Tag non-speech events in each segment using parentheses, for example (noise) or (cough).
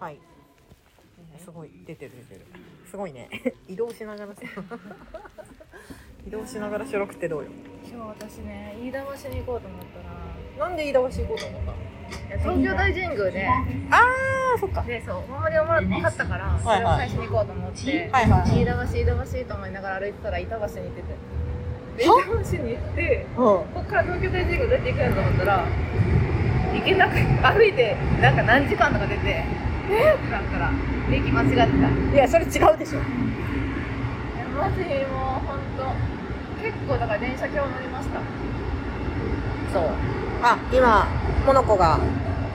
はいすごい出てる出てるすごいね (laughs) 移動しながらさ移動しながら収録ってどうよ今日私ね飯田橋に行こうと思ったらなんで飯田橋行こうと思ったいや東京大神宮であーそっかでそうお守りをもらって買ったからそれを最初に行こうと思って、はいはい飯田橋飯田橋と思いながら歩いてたら板橋に行っててでは板橋に行ってうんここから東京大神宮どうやって行くんやと思ったら行けなく歩いてなんか何時間とか出てえっってなったら駅間違ってたいやそれ違うでしょいやマジもう本当結構だから電車今日乗りましたそうあ今モノコが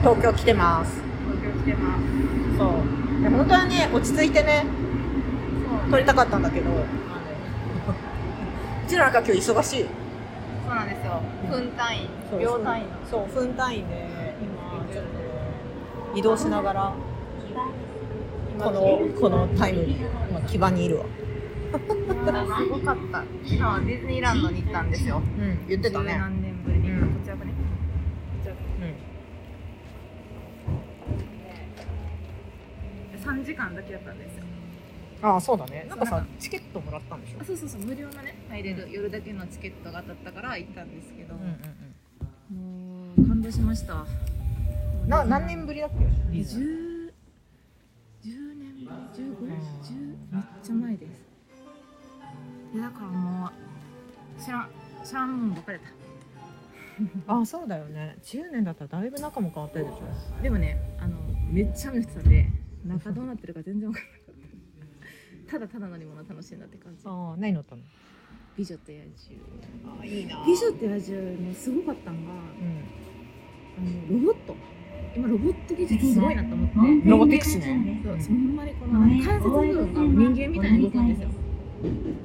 東京来てます東京来てますそうで本当はね落ち着いてねそう撮りたかったんだけどうちらなんか今日忙しいそうなんですよ分単位秒秒単位そう分単位で今ちょっとね移動しながらこのこのタイムに今基盤にいるわのすごかった昨日はディズニーランドに行ったんですようん言ってた十ね何年ぶりに、うんこちらがね3時間だけだったんですよああそうだねなんかさチケットもらったんでしょあそうそうそう無料のね入れる、夜だけのチケットが当たったから行ったんですけど、んもう感動しましたもうねな何年ぶりだっけえ10 10年前15年10めっちゃ前ですいやだからもう知らん知らんもんばっかりだっああそうだよね10年だったらだいぶ仲も変わってるでしょたでもねあのめっちゃ雨降ってたんで中どうなってるか全然分からなかったただただ乗り物楽しんだって感じああ何乗ったの「美女と野獣」ああいいな「美女と野獣」ねすごかったんがうんあのロボット今ロボット技術すごいなと思ってロボティクスねそうそんまにこの関節部分が人間みたいに動くんですよ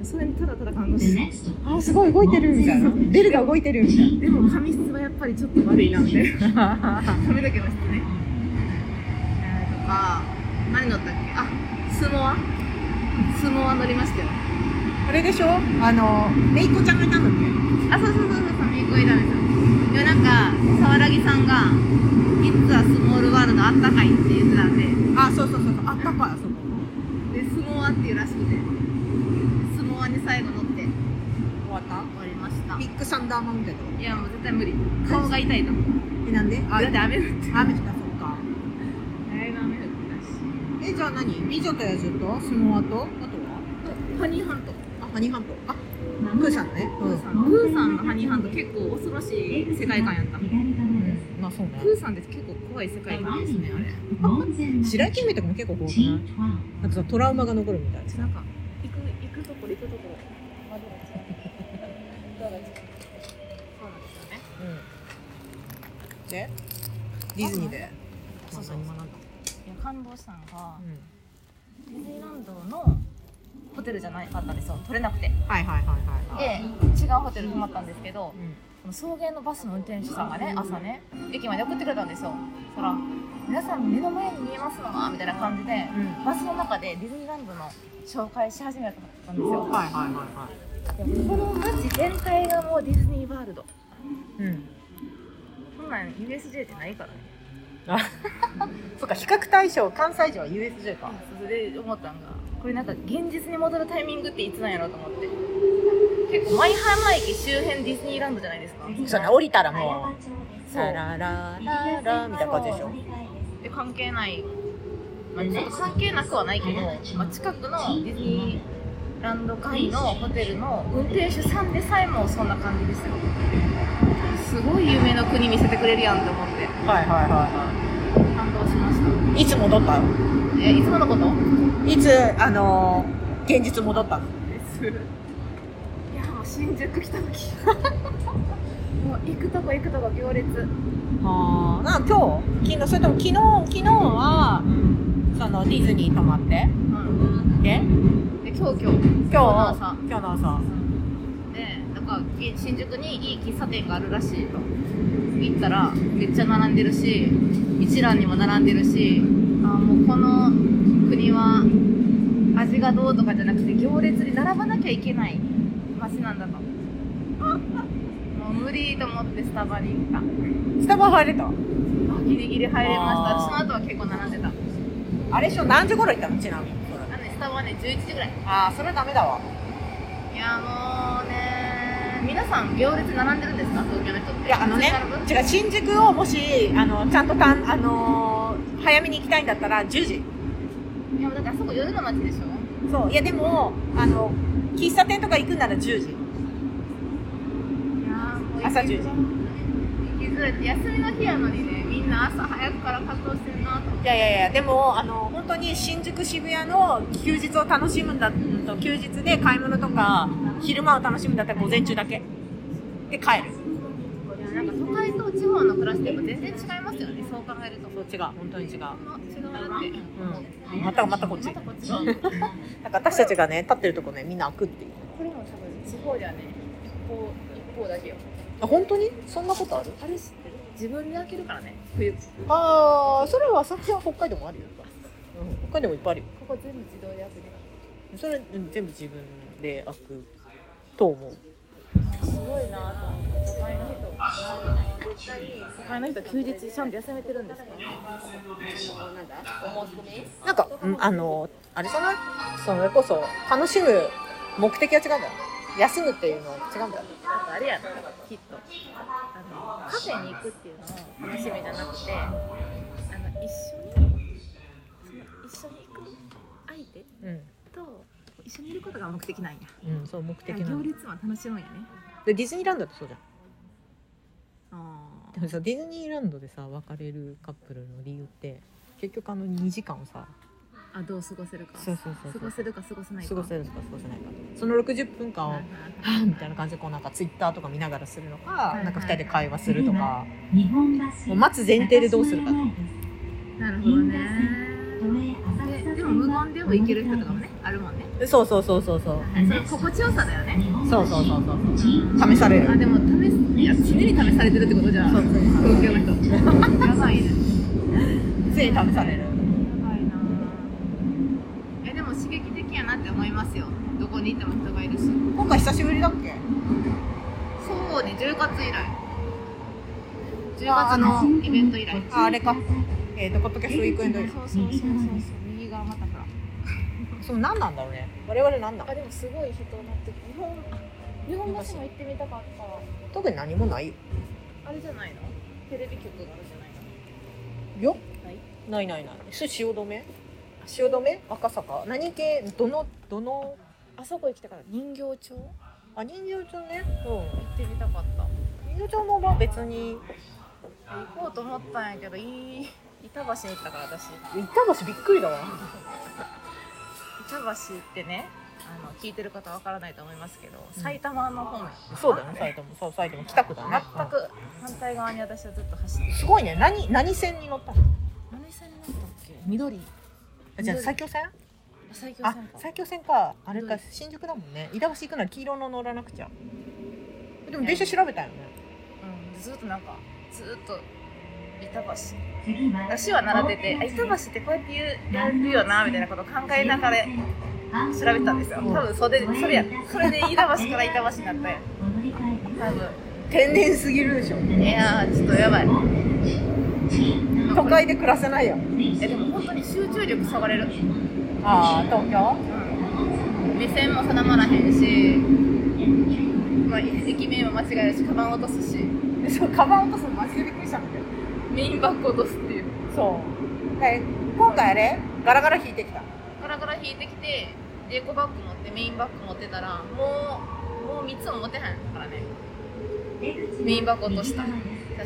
それにただただ感動してああすごい動いてるみたいなベルが動いてるみたいでも髪質はやっぱりちょっと悪いな (laughs) みたいなな髪の毛の質ねえーとか何乗ったっけあスモアスモア乗りましたよあれでしょあのめいっ子ちゃんがいたんだっあそうそうそうそうそうメイクいたんですよでもなんか沢良木さんが「いつはスモールワールドあったかい」って言ってたんでけあそうそうそうそうあったかいあそこでスモアっていうらしくてスモアに最後乗って終終わったわりましたビッグサンダーマウンテンとかいやもう絶対無理顔が痛いと思うえなんでだあって雨降って雨降ったそっかだいぶ雨降ってたしえじゃあ何美女と野獣とスモアとあとはハニーハントあハニーハントあプーさんねうプーさんプーさんのハニーハント結構恐ろしい世界観やったプうんまあそうねーさんです結構怖い世界観ですねあれ白雪姫とかも結構怖くないあとさトラウマが残るみたいなんか行く行くところ行くところ窓が違うドアが違うそうなんですよねうんでディズニーでそうそういや感動したのがうディズニーランドのホテルじゃなかったんですよ取れなくてんはいはいはいはいはいで違うホテル泊まったんですけどうんその送迎のバスの運転手さんがね朝ね駅まで送ってくれたんですよそら皆さん目の前に見えますのはみたいな感じでうんバスの中でディズニーランドの紹介し始めたんですよはいはいはでもこの街全体がもうディズニーワールドいはいうんそんなん USJ ってないからねそっか比較対象関西人は USJ かそれで思ったんがこれなんか現実に戻るタイミングっていつなんやろうと思って結構舞浜駅周辺ディズニーランドじゃないですかそうね降りたらもうさららららみたいな感じでしょで関係ない、まあ、ちょっと関係なくはないけど、まあ、近くのディズニーランド会のホテルの運転手さんでさえもそんな感じですよすごい夢の国見せてくれるやんって思ってはいはいは感動しましたいいつ戻ったのえいつものこといつあのー現実戻ったのですいやもう新宿来た (laughs) 時もう行くとこ行くとこ行列ああなんか今日昨日それとも昨日昨日はそのディズニー泊まってうんでで今日今今日日今日の朝今日の朝でなんかげ新宿にいい喫茶店があるらしいと行ったらめっちゃ並んでるし一蘭にも並んでるしあーもうこの国は味がどうとかじゃなくて行列に並ばなきゃいけない街なんだともう無理と思ってスタバに行ったスタバ入れたあギリギリ入れましたあーその後は結構並んでたあれでしょ何時頃行ったのちなみにそれあのねスタバはね11時ぐらいああそれダメだわいやもうね皆さん行列並んでるんですか東京の人っていやあのね普通違う新宿をもしあのちゃんとたんあのー早めに行きたいんだったら10時に並ぶいやもうだってあそこ夜の街でしょそういやでもあの喫茶店とか行くなら10時いやもう朝10時行きづらいって休みの日やのにねみんな朝早くから活動してるなと思っいてやいやいやでもあの本当に新宿渋谷の休日を楽しむんだうんと休日で買い物とか昼間を楽しむんだったら午前中だけで帰るいやなんか都会と地方の暮らしってやっぱ全然違いますよねそう考えるとそう違う本当に違う、違うなって、うん、またまたこっちまなんかたこっちこれも多分私たちがね立ってるとこねみんな開くっていう地方ではね一方一方だけよあ本当にそんなことあるあれ知ってる自分で開けるからね冬こああそれはさっきは北海道もあるよ、うん、北海道もいっぱいあるよこ全部自動で開けるそれうん全部自分で開くと思うすごいなと思って都会の人絶対に都会の人は休日ちゃんと休めてるんですかなんだ思ってねなんか、うんあの、あれじゃないそれこそ、楽しむ目的は違うんだよ。休むっていうのは違うんだよ。あとあれやなきっとあのカフェに行くっていうのを楽しみじゃなくてあの一緒にその一緒に行く相手うと一緒にいることが目的なんやん。うん、そう、目的な行の。列は楽しむんやねで、ディズニーランドってそうじゃん。あでもさ、ディズニーランドでさ、別れるカップルの理由って、結局あの2時間をさ、あどう過ごせるかそうそうそうそう過ごせるか過ごせないか過ごせるとか過ごせないか。その60分間を、ははいぁみたいな感じでこうなんかツイッターとか見ながらするのかは、いなんか2人で会話するとか、日本も橋う待つ前提でどうするか。なるほどねででも無言でも行ける人とかもねあるもんねそうそうそうそうそう。それ心地よさだよねそうそうそうそう。うん試されるあでも試すいや常に試されてるってことじゃんそうそう東京の人やばいつねいに試される。やばいなぁえでも刺激的やなって思いますよどこにいても人がいるし今回久しぶりだっけそうね10月以来ああ10月ののイベント以来ああれか。えっ、と、ポッドキャストウィークエンドそうそうそうそう右側またほらそう、何なんだろうね。我々何なのあでもすごい人になってる日本あ日本橋も行ってみたかった特に何もないよ。あれじゃないのテレビ局があるじゃないのよないないないない。それ汐留汐留赤坂何系どの、どの、あそこ行きたから人形町行あ、人形町ね。う行ってみたかったん。人形町もまあ別に、行こうと思ったんやけどいい板橋に行ったから私板板橋びっくりだわ。橋ってねあの聞いてる方わからないと思いますけど、埼玉の方面そうだよね、埼玉。そう、埼玉。北区だね。全く反対側に私はずっと走ってすごいね。何、何線に乗ったの何線になったっけ緑あじゃあ、埼京線最強あ線、か埼京線か。あれどかれ、新宿だもんね。板橋行くなら黄色の乗らなくちゃ。でも電車調べたよね。うんずっとなんかずっと板橋私私はは習習っっててててああ板板橋橋ってこうやって言うやるよなみたいなことを考えながら調調べてたんですよ多分それでそれやそれで板橋から板橋になったんや多分天然すぎるでしょ。いやーちょっとやばい都会で暮らせないよえでも本当に集中力下がれる、ああ東京目線も定まらへんし、まあ、駅名も間違えるしカバン落とすしそうカバン落とすのマジでびっくりしたんだけどメインバッグ落とすっていうそうで今回あれガラガラ引いてきたガラガラ引いてきてエコバッグ持ってメインバッグ持ってたらもうもう3つも持てへんからねメインバッグ落とした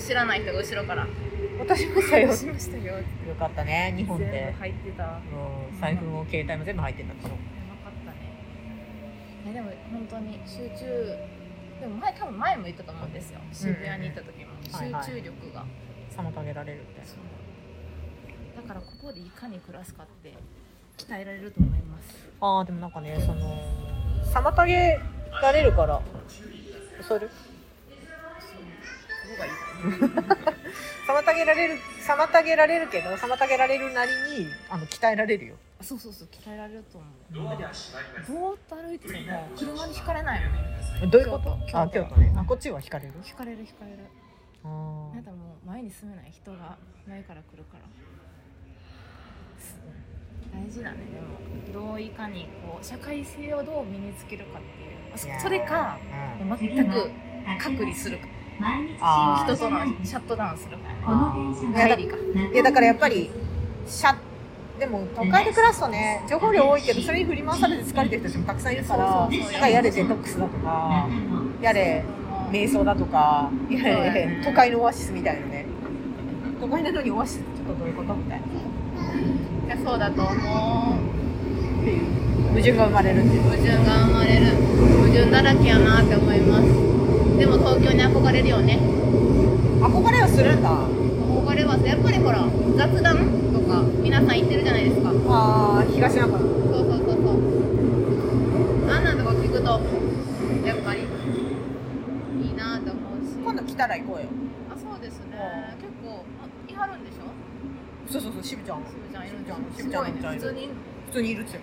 知らない人が後ろから私もした (laughs) よしましたよよかったね日本っ全部て入ってたやばかうん財布も携帯も全部入ってんだったのったねえでも本当に集中でも前多分前も言ったと思うんですよ渋谷に行った時もはいはい集中力が、妨げられるってそうだからここでいかに暮らすかって鍛えられると思いますああでもなんかねその妨げられるからそれそこがいい妨げられる妨げられるけど妨げられるなりにあの鍛えられるよあそうそうそう鍛えられると思うだってぼーっと歩いてても車にひかれないよねどういうこと京都あ京都ねあこっちは惹かれるひかれるひかれるあなんかもう前に住めない人が前から来るから事だねうんどういかにこう社会性をどう身につけるかっていうあそいやーそれかう全く隔離するかあ人とのシャットダウンするかん帰りかいやだからやっぱりしゃでも都会で暮らすとね情報量多いけどそれに振り回されて疲れてる人たちもたくさんいるからそうそうそうだからやれデトックスだとかやれ瞑想だとかやそうだれね都会のオアシスみたいなね都会なのにオアシスってちょっとどういうことみたいないやそうだと思うっていう矛盾が生まれるっていう矛盾が生まれる矛盾だらけやなって思いますでも東京に憧れるよね憧れはするんだ憧れはさやっぱりほら雑談とか皆さん言ってるじゃないですかああ東中野そうそうそうそうあんなとこ聞くとやっぱりいいなと思うし今度来たら行こうよあそうですね結構あいはるんでしょそうそうそう渋ちゃんすぶちゃんいるんじゃんしすぶちゃんごいめねっちゃいる普通に普通にいるっつよ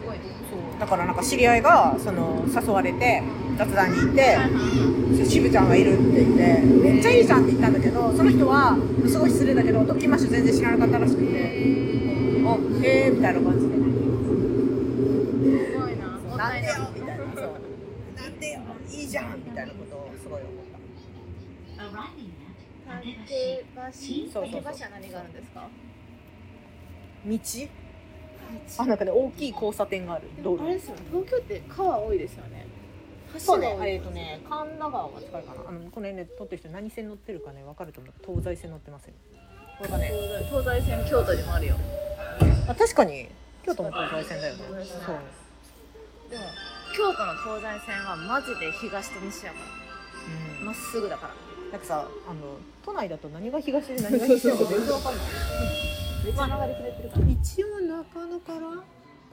すごいねそうだからなんか知り合いがその誘われて雑談に行って、はいはいは渋ちゃんがいるって言ってめっちゃいいじゃんって言ったんだけどその人はすごい失礼だけど時マッシュ全然知らなかったらしくいてへ「あへえ」みたいな感じでーすごいな「もっなたんいでないよ」みたいな「そうなんでよいいじゃん」みたいなことをすごい思った竹橋そう竹そう橋そうは何があるんですか道あなんかね大きい交差点がある道路すよ東京って川多いですよねそうねえっ、とね神田川が近いかなあのこの辺ね撮ってる人何線乗ってるかね分かると思う東西線乗ってますよこれがね、東西線京都にもあるよあ、確かに京都も東西線だよねそうでも京都の東西線はマジで東と西やかうらんまっすぐだからなんかさあの都内だと何が東で何が西なのか全然わかんない。一応中野から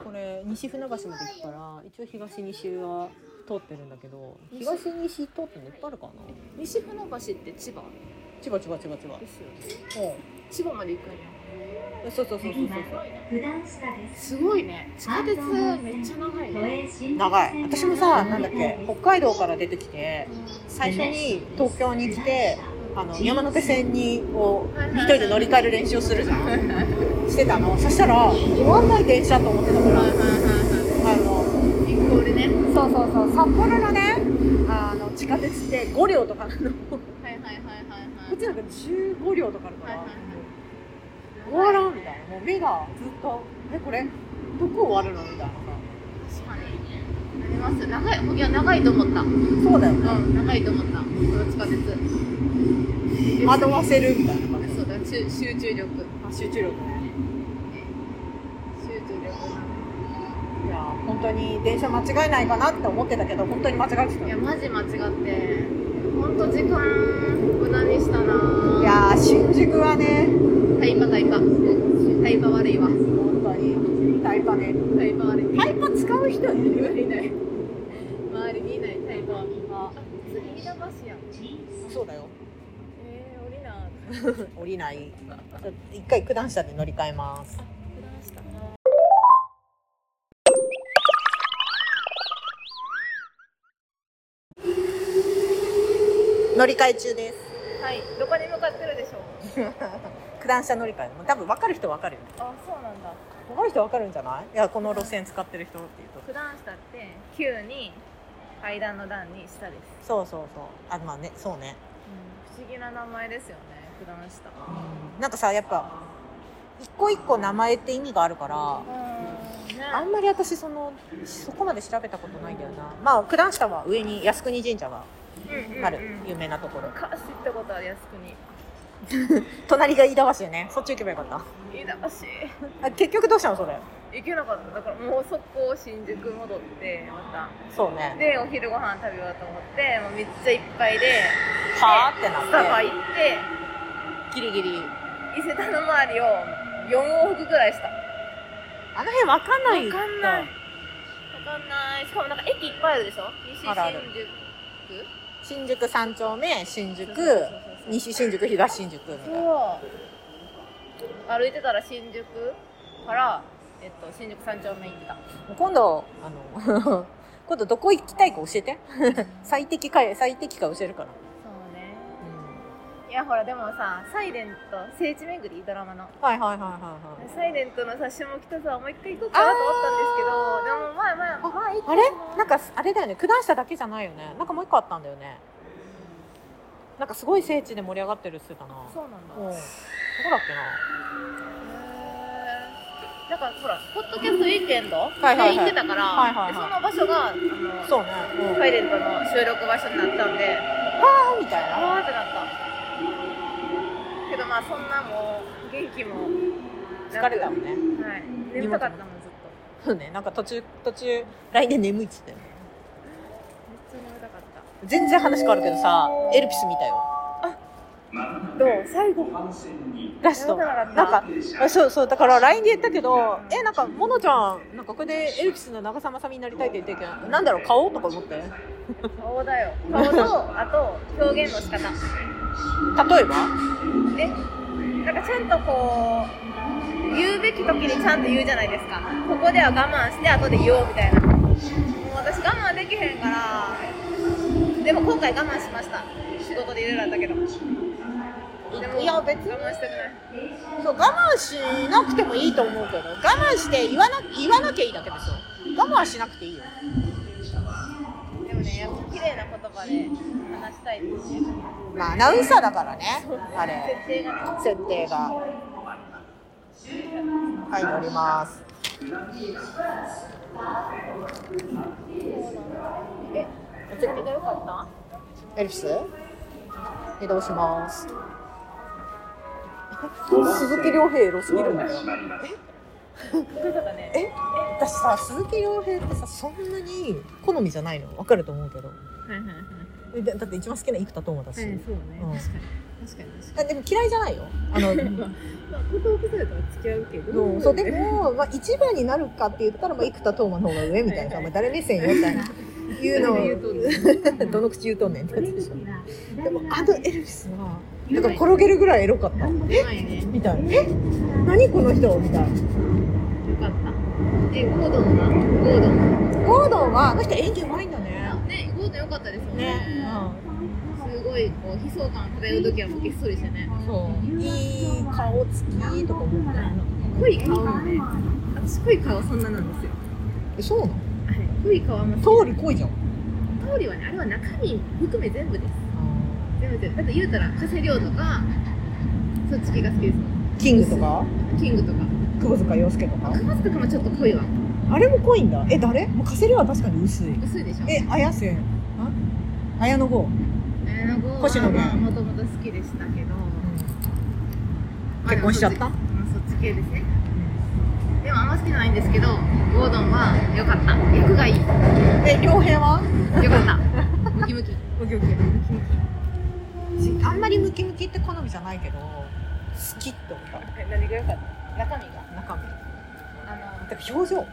これ西船橋まで行くから一応東西は通ってるんだけど東西通ってるのいっぱいあるかな。西船橋って千葉千葉千葉千葉千葉。ですよねう千葉まで行くんやん。そうそうそうそうそうすごいね地下鉄めっちゃ長いねそう。長い。私もさなんだっけ北海道から出てきて最初に東京に来 (laughs) てあの山手線にを一人で乗り換える練習をするじゃん。してたの。そしたら終わんない電車と思ってたから。あのイコールねそうそうそう札幌のねあの地下鉄って5両とかなのこはいはいはいはいはいっちなんか15両とかあるから、はいはいはい終わらんみたいなもう目がずっと「えこれどこ終わるの?」みたいな確かになります長いいや長いと思ったうそうだよねん長いと思ったこの地下鉄惑わせるみたいな感そうだ集集中力じ集中力ね集中力いや本当に電車間違えないかなって思ってたけど本当に間違えてたいやいマジ間違って本当時間無駄にしたなぁやー新宿はねタイパタイパタイパ悪いわ本当にタイパねタイパ悪いタイパ使う人いる周りにいない周りにいないタイパはあ次飯田橋やんそうだよえー、降りな降りないちょっと一回九段下で乗り換えます乗り換え中ですはいどこに向かってるでしょう九段下乗り換えもう多分分かる人分かるよあそうなんだ分かる人分かるんじゃないいやこの路線使ってる人っていうと九段下って急に階段の段に下ですそうそうそうあまあねそうね不思議な名前ですよね九段下なんかさやっぱ一個一個名前って意味があるからああんまり私そのそこまで調べたことないんだよなまあ九段下は上に靖国神社がある有名なところ昔行ったことある靖国隣が飯田橋よねそっち行けばよかった飯田橋あ結局どうしたのそれ行けなかっただからもう速攻新宿戻ってまそうたねでお昼ご飯食べようと思ってもうめっちゃいっぱいではあってスタなバっ行っててギリギリ伊勢丹の周りを4往復ぐらいしたあの辺わかんないわかんないわかんないしかもなんか駅いっぱいあるでしょ西新あ宿るある新宿三丁目新宿そうそうそうそう西新宿東新宿みたいなそう歩いてたら新宿から、えっと、新宿三丁目行っ (laughs) てた今度あの (laughs) 今度どこ行きたいか教えて最適か最適か教えるから、そうねうんいやほらでもさ「サイレント聖地巡りドラマのはいはいはいはいはい「サイレントのさ下北沢もう一回行こうかなと思ったんですけどでもまあまあまあいいあれなんかあれだよね九段下だけじゃないよねなんかもう一個あったんだよねなんかすごい聖地で盛り上がってるっつってたなそうなんだうんどこだっけななんかほらポッドキャストウィークエンドではいはい行ってたから、はいはいはいでその場所があのそうね、うん、サイレントの収録場所になったんであーみたいなあーってなったけどまあそんなもう元気もな疲くれたもんねはい眠たかったもんずっとそうねなんか途中途中来年眠いっつってめっちゃ眠たかった全然話変わるけどさエルピス見たよどう最後ラスト眠たなかんかったあそうそうだから LINE で言ったけどえなんかモノちゃんなんかこれでエルピスの長澤まさみになりたいって言ってるけどなんだろう買おうとか思って例え顔だよ顔とあと表現の仕方ばえなんかちゃんとこう言うべき時にちゃんと言うじゃないですかここでは我慢して後で言おうみたいなもう私我慢できへんからでも今回我慢しました仕事でいろいろあったけどでもいや別に我慢したくないそう我慢しなくてもいいと思うけど我慢して言わな言わなきゃいいだけですよ我慢はしなくていいよでもねやっぱ綺麗な言葉で話したいですねまあアナウンサーだからねあれ設定がね設定がはい乗りますえ設定が良かっエルピス移動します鈴木亮平エロすぎるんだよたなんかねえ私さ鈴木亮平ってさそんなに好みじゃないの分かると思うけどはいはいはいえだだって一番好きな生田斗真だし、そうねうん確かに確かに確かあでも嫌いじゃないよあのにまあ告白されたら付き合うけどうんそうでも、まあ、一番になるかって言ったら、まあ、生田斗真の方が上みたいなさ、まあ、誰目線よみたいな言誰が (laughs) 言ううとんねのをどの口言うとんねんってやつでしょでもあのエルフィスはなんか転げるぐらいエロかったうまいねみたいな「え何この人」みたいなよかったえゴードンはゴードンゴードンはあの人演技うまいんだねねゴードンよかったですよねね、すごいこう悲壮感漂う時はもうげっそりしてねうん、そういい顔つきとか思ったよ濃い顔もね私濃い顔そんななんですよえそうなのはい濃い顔はあんま好き通り濃いじゃん通りはねあれは中身含め全部です全部全部だって言うたら加瀬亮とかそっち系が好きですキングとかキングとか窪塚洋介とか熊塚かもちょっと濃いわあれも濃いんだえ誰もうカセリは確かに薄い薄いでしょえ、綾瀬あ綾野剛綾野剛は星野源まあもともと好きでしたけど、まあ結婚しちゃったでもそっちうんそっち系ですねでもあんま好きじゃないんですけどゴードンは良かった役がいい良かえ、良平はったムキムキムキムキあんまりムキムキって好みじゃないけど好きって思ったえ何が良かった中身が中身あのだから表情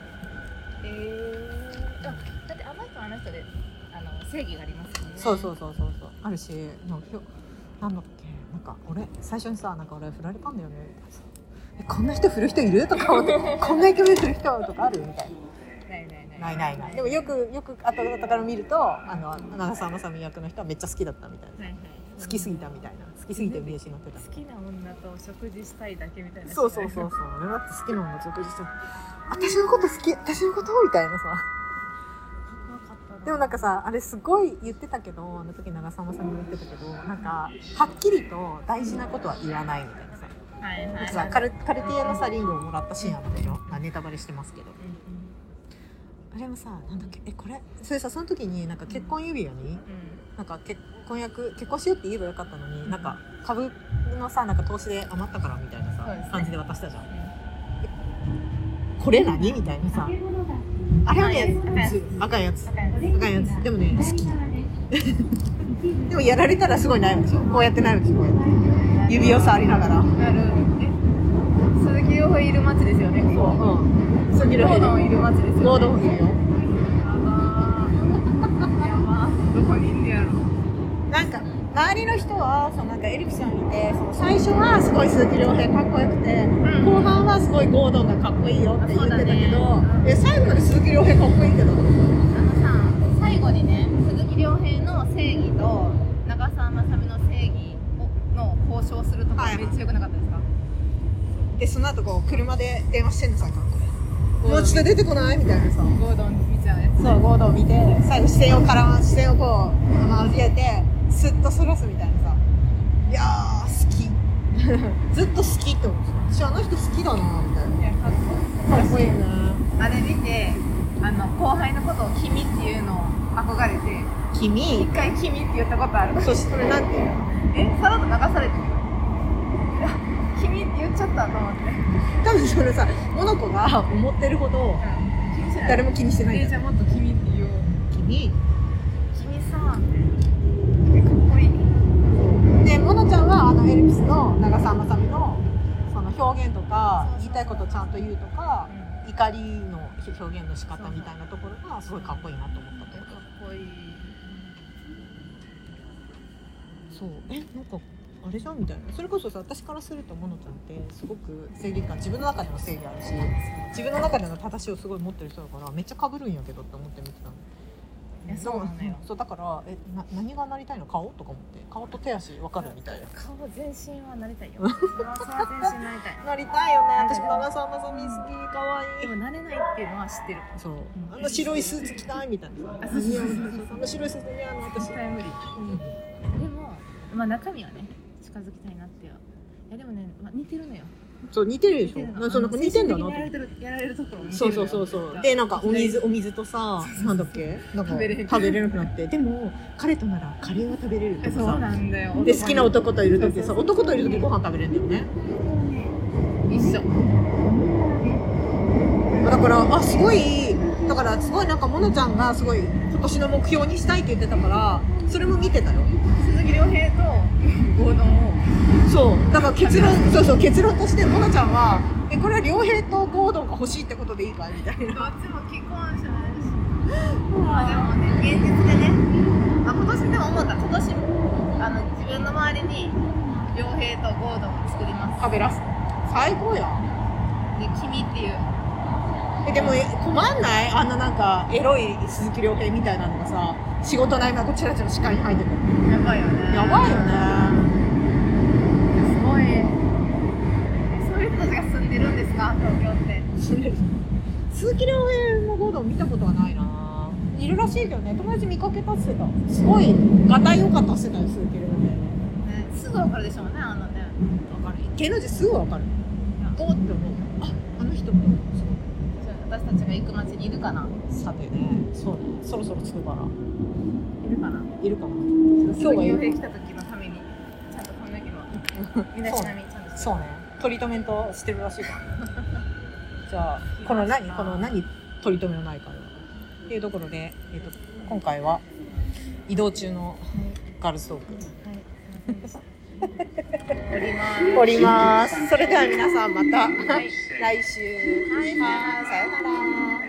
えー、あだってあの人はあの人であの正義がありますよねそうそうそうそうそうあるしなんかひょなんだっけなんか俺最初にさなんか俺振られたんだよねみたいなさえこんな人振る人いるとか思ってこんなイケメン振る人とかあるみたいなないないないないないないでもよくよく後々から見るとあの長澤まさみ役の人はめっちゃ好きだったみたいはいはいな好きすぎたみたいな好きすぎて見失ってた好きな女と食事したいだけみたいなそうそうそうそう俺だって好きなもの食事して私のこと好き私のことみたいなさでもなんかさあれすごい言ってたけどあの時長澤まさみも言ってたけどなんかはっきりと大事なことは言わないみたいなさはいはい、なはんいか、さカルカルティエのさリングをもらったシーンあったでしょまあネタバレしてますけどうあれもさなんだっけえこれそれさその時になんか結婚指輪にんうんなんか結婚約結婚しようって言えばよかったのに、なんか株のさなんか投資で余ったからみたいなさ、そうですね感じで渡したじゃん、えこれ何みたいなさあれはね赤いやつだから赤いやつでもね好き (laughs) でもやられたらすごい悩むでしょこうやって悩むでしょこうやって指を触りながらなるえ鈴木亮平いる街ですよねここうんそうゴードンいる街ですよねゴードンいるよあーやばどこにいんねやろなんか周りの人はそのなんかエリプション見てその最初はすごい鈴木亮平かっこよくて、後半はすごいゴードンがかっこいいよって言ってたけど、そうだえ最後まで鈴木亮平かっこいいけどあのさ最後にね鈴木亮平の正義と長澤まさみの正義をの称するとはかいめっちゃ良くなかったですか、でその後こう車で電話してんのさもうちょっと出てこないみたいなさゴードン見ちゃうやつそうゴードン見て最後視線を絡ま視線をこう交えてスッとそらすみたいなさいやー好き (laughs) ずっと好きって思って私あの人好きだなみたいなかっこいいねあれ見てあの後輩のことを「君」っていうのを憧れて君一回「君」って言ったことあるそしてそれなんていうのえさらっと流されてるあ君って言っちゃったと思って多分それさモノコが思ってるほど気にしない誰も気にしてないえんじだゃあよもっと君って言おう君君さえかっこいいでモノちゃんはあのエルピスの長澤まさみのその表現とか言いたいことちゃんと言うとか怒りの表現の仕方みたいなところがすごいかっこいいなと思ったといえうかかっこいいそうえなんかあれじゃんみたいなそれこそさ私からするとモノちゃんってすごく正義感自分の中でも正義あるし自分の中での正しをすごい持ってる人だからめっちゃかぶるんやけどって思って見てたのいやそうなのよそうだからえな何がなりたいの顔とか思って顔と手足分かるみたいな顔全身はなりたいよ。それは全身なりたいなりたいよね私も長澤まさみ好きかわいでいも慣れないっていうのは知ってるそうあの白いスーツ着たいみたいなさあそうそうそうそあうの白いスーツ似合うの私絶対無理うんでも、まあ、中身はね近づきたいなってよいやでもね、まあ、似てるのよそう似てるでしょのなそうなんか似てんだな精と思って神的にやられてるやられるところも似てそるうのそうよそうそう。ででなんかお水お水とさ、なんだっけ、なんか食べれへん食べれなくなって、でも彼とならカレーは食べれるとかそうさ。なんだよで好きな男といる時さ、そうそうそう男といる時ご飯食べれるんだよね。一緒だからあすごいだからすごいなんかモノちゃんがすごい今年の目標にしたいって言ってたから、それも見てたよ。鈴木亮平と合同をそうだから結論そうそう結論としてモノちゃんはえこれは両平とゴードンが欲しいってことでいいかみたいな。どっちも既婚者だしまあでもね現実でね、まあ、今年でも思った今年あの自分の周りに良平とゴードンを作ります食べらす。最高やん。で君っていうえでもえ困んないあんななんかエロい鈴木亮平みたいなのがさ仕事の合間こちらちら視界に入ってくるやばいよねやばいよねすごいえそういう人たちが住んでるんですか東京って鈴木亮平のゴードン見たことはないないるらしいけどね友達見かけたっつってたすごいがたいよかったっつってたよ鈴木亮平ねすぐ分かるでしょうねあのねわかる芸能人すぐわかるおーって思うああの人も私たちが行く街にいるかなさてねそうねそろそろ着くからいるかないるかな今日はいる洋平来た時のためにちゃんと髪の毛は身だしなみちゃんとしてそうねトリートメントしてるらしいから (laughs) じゃあこの何この何トリートメントないからっていうところで、えっと今回は移動中のガールズトーク (laughs) おりますおりますそれでは皆さんまたはい来週はいさようなら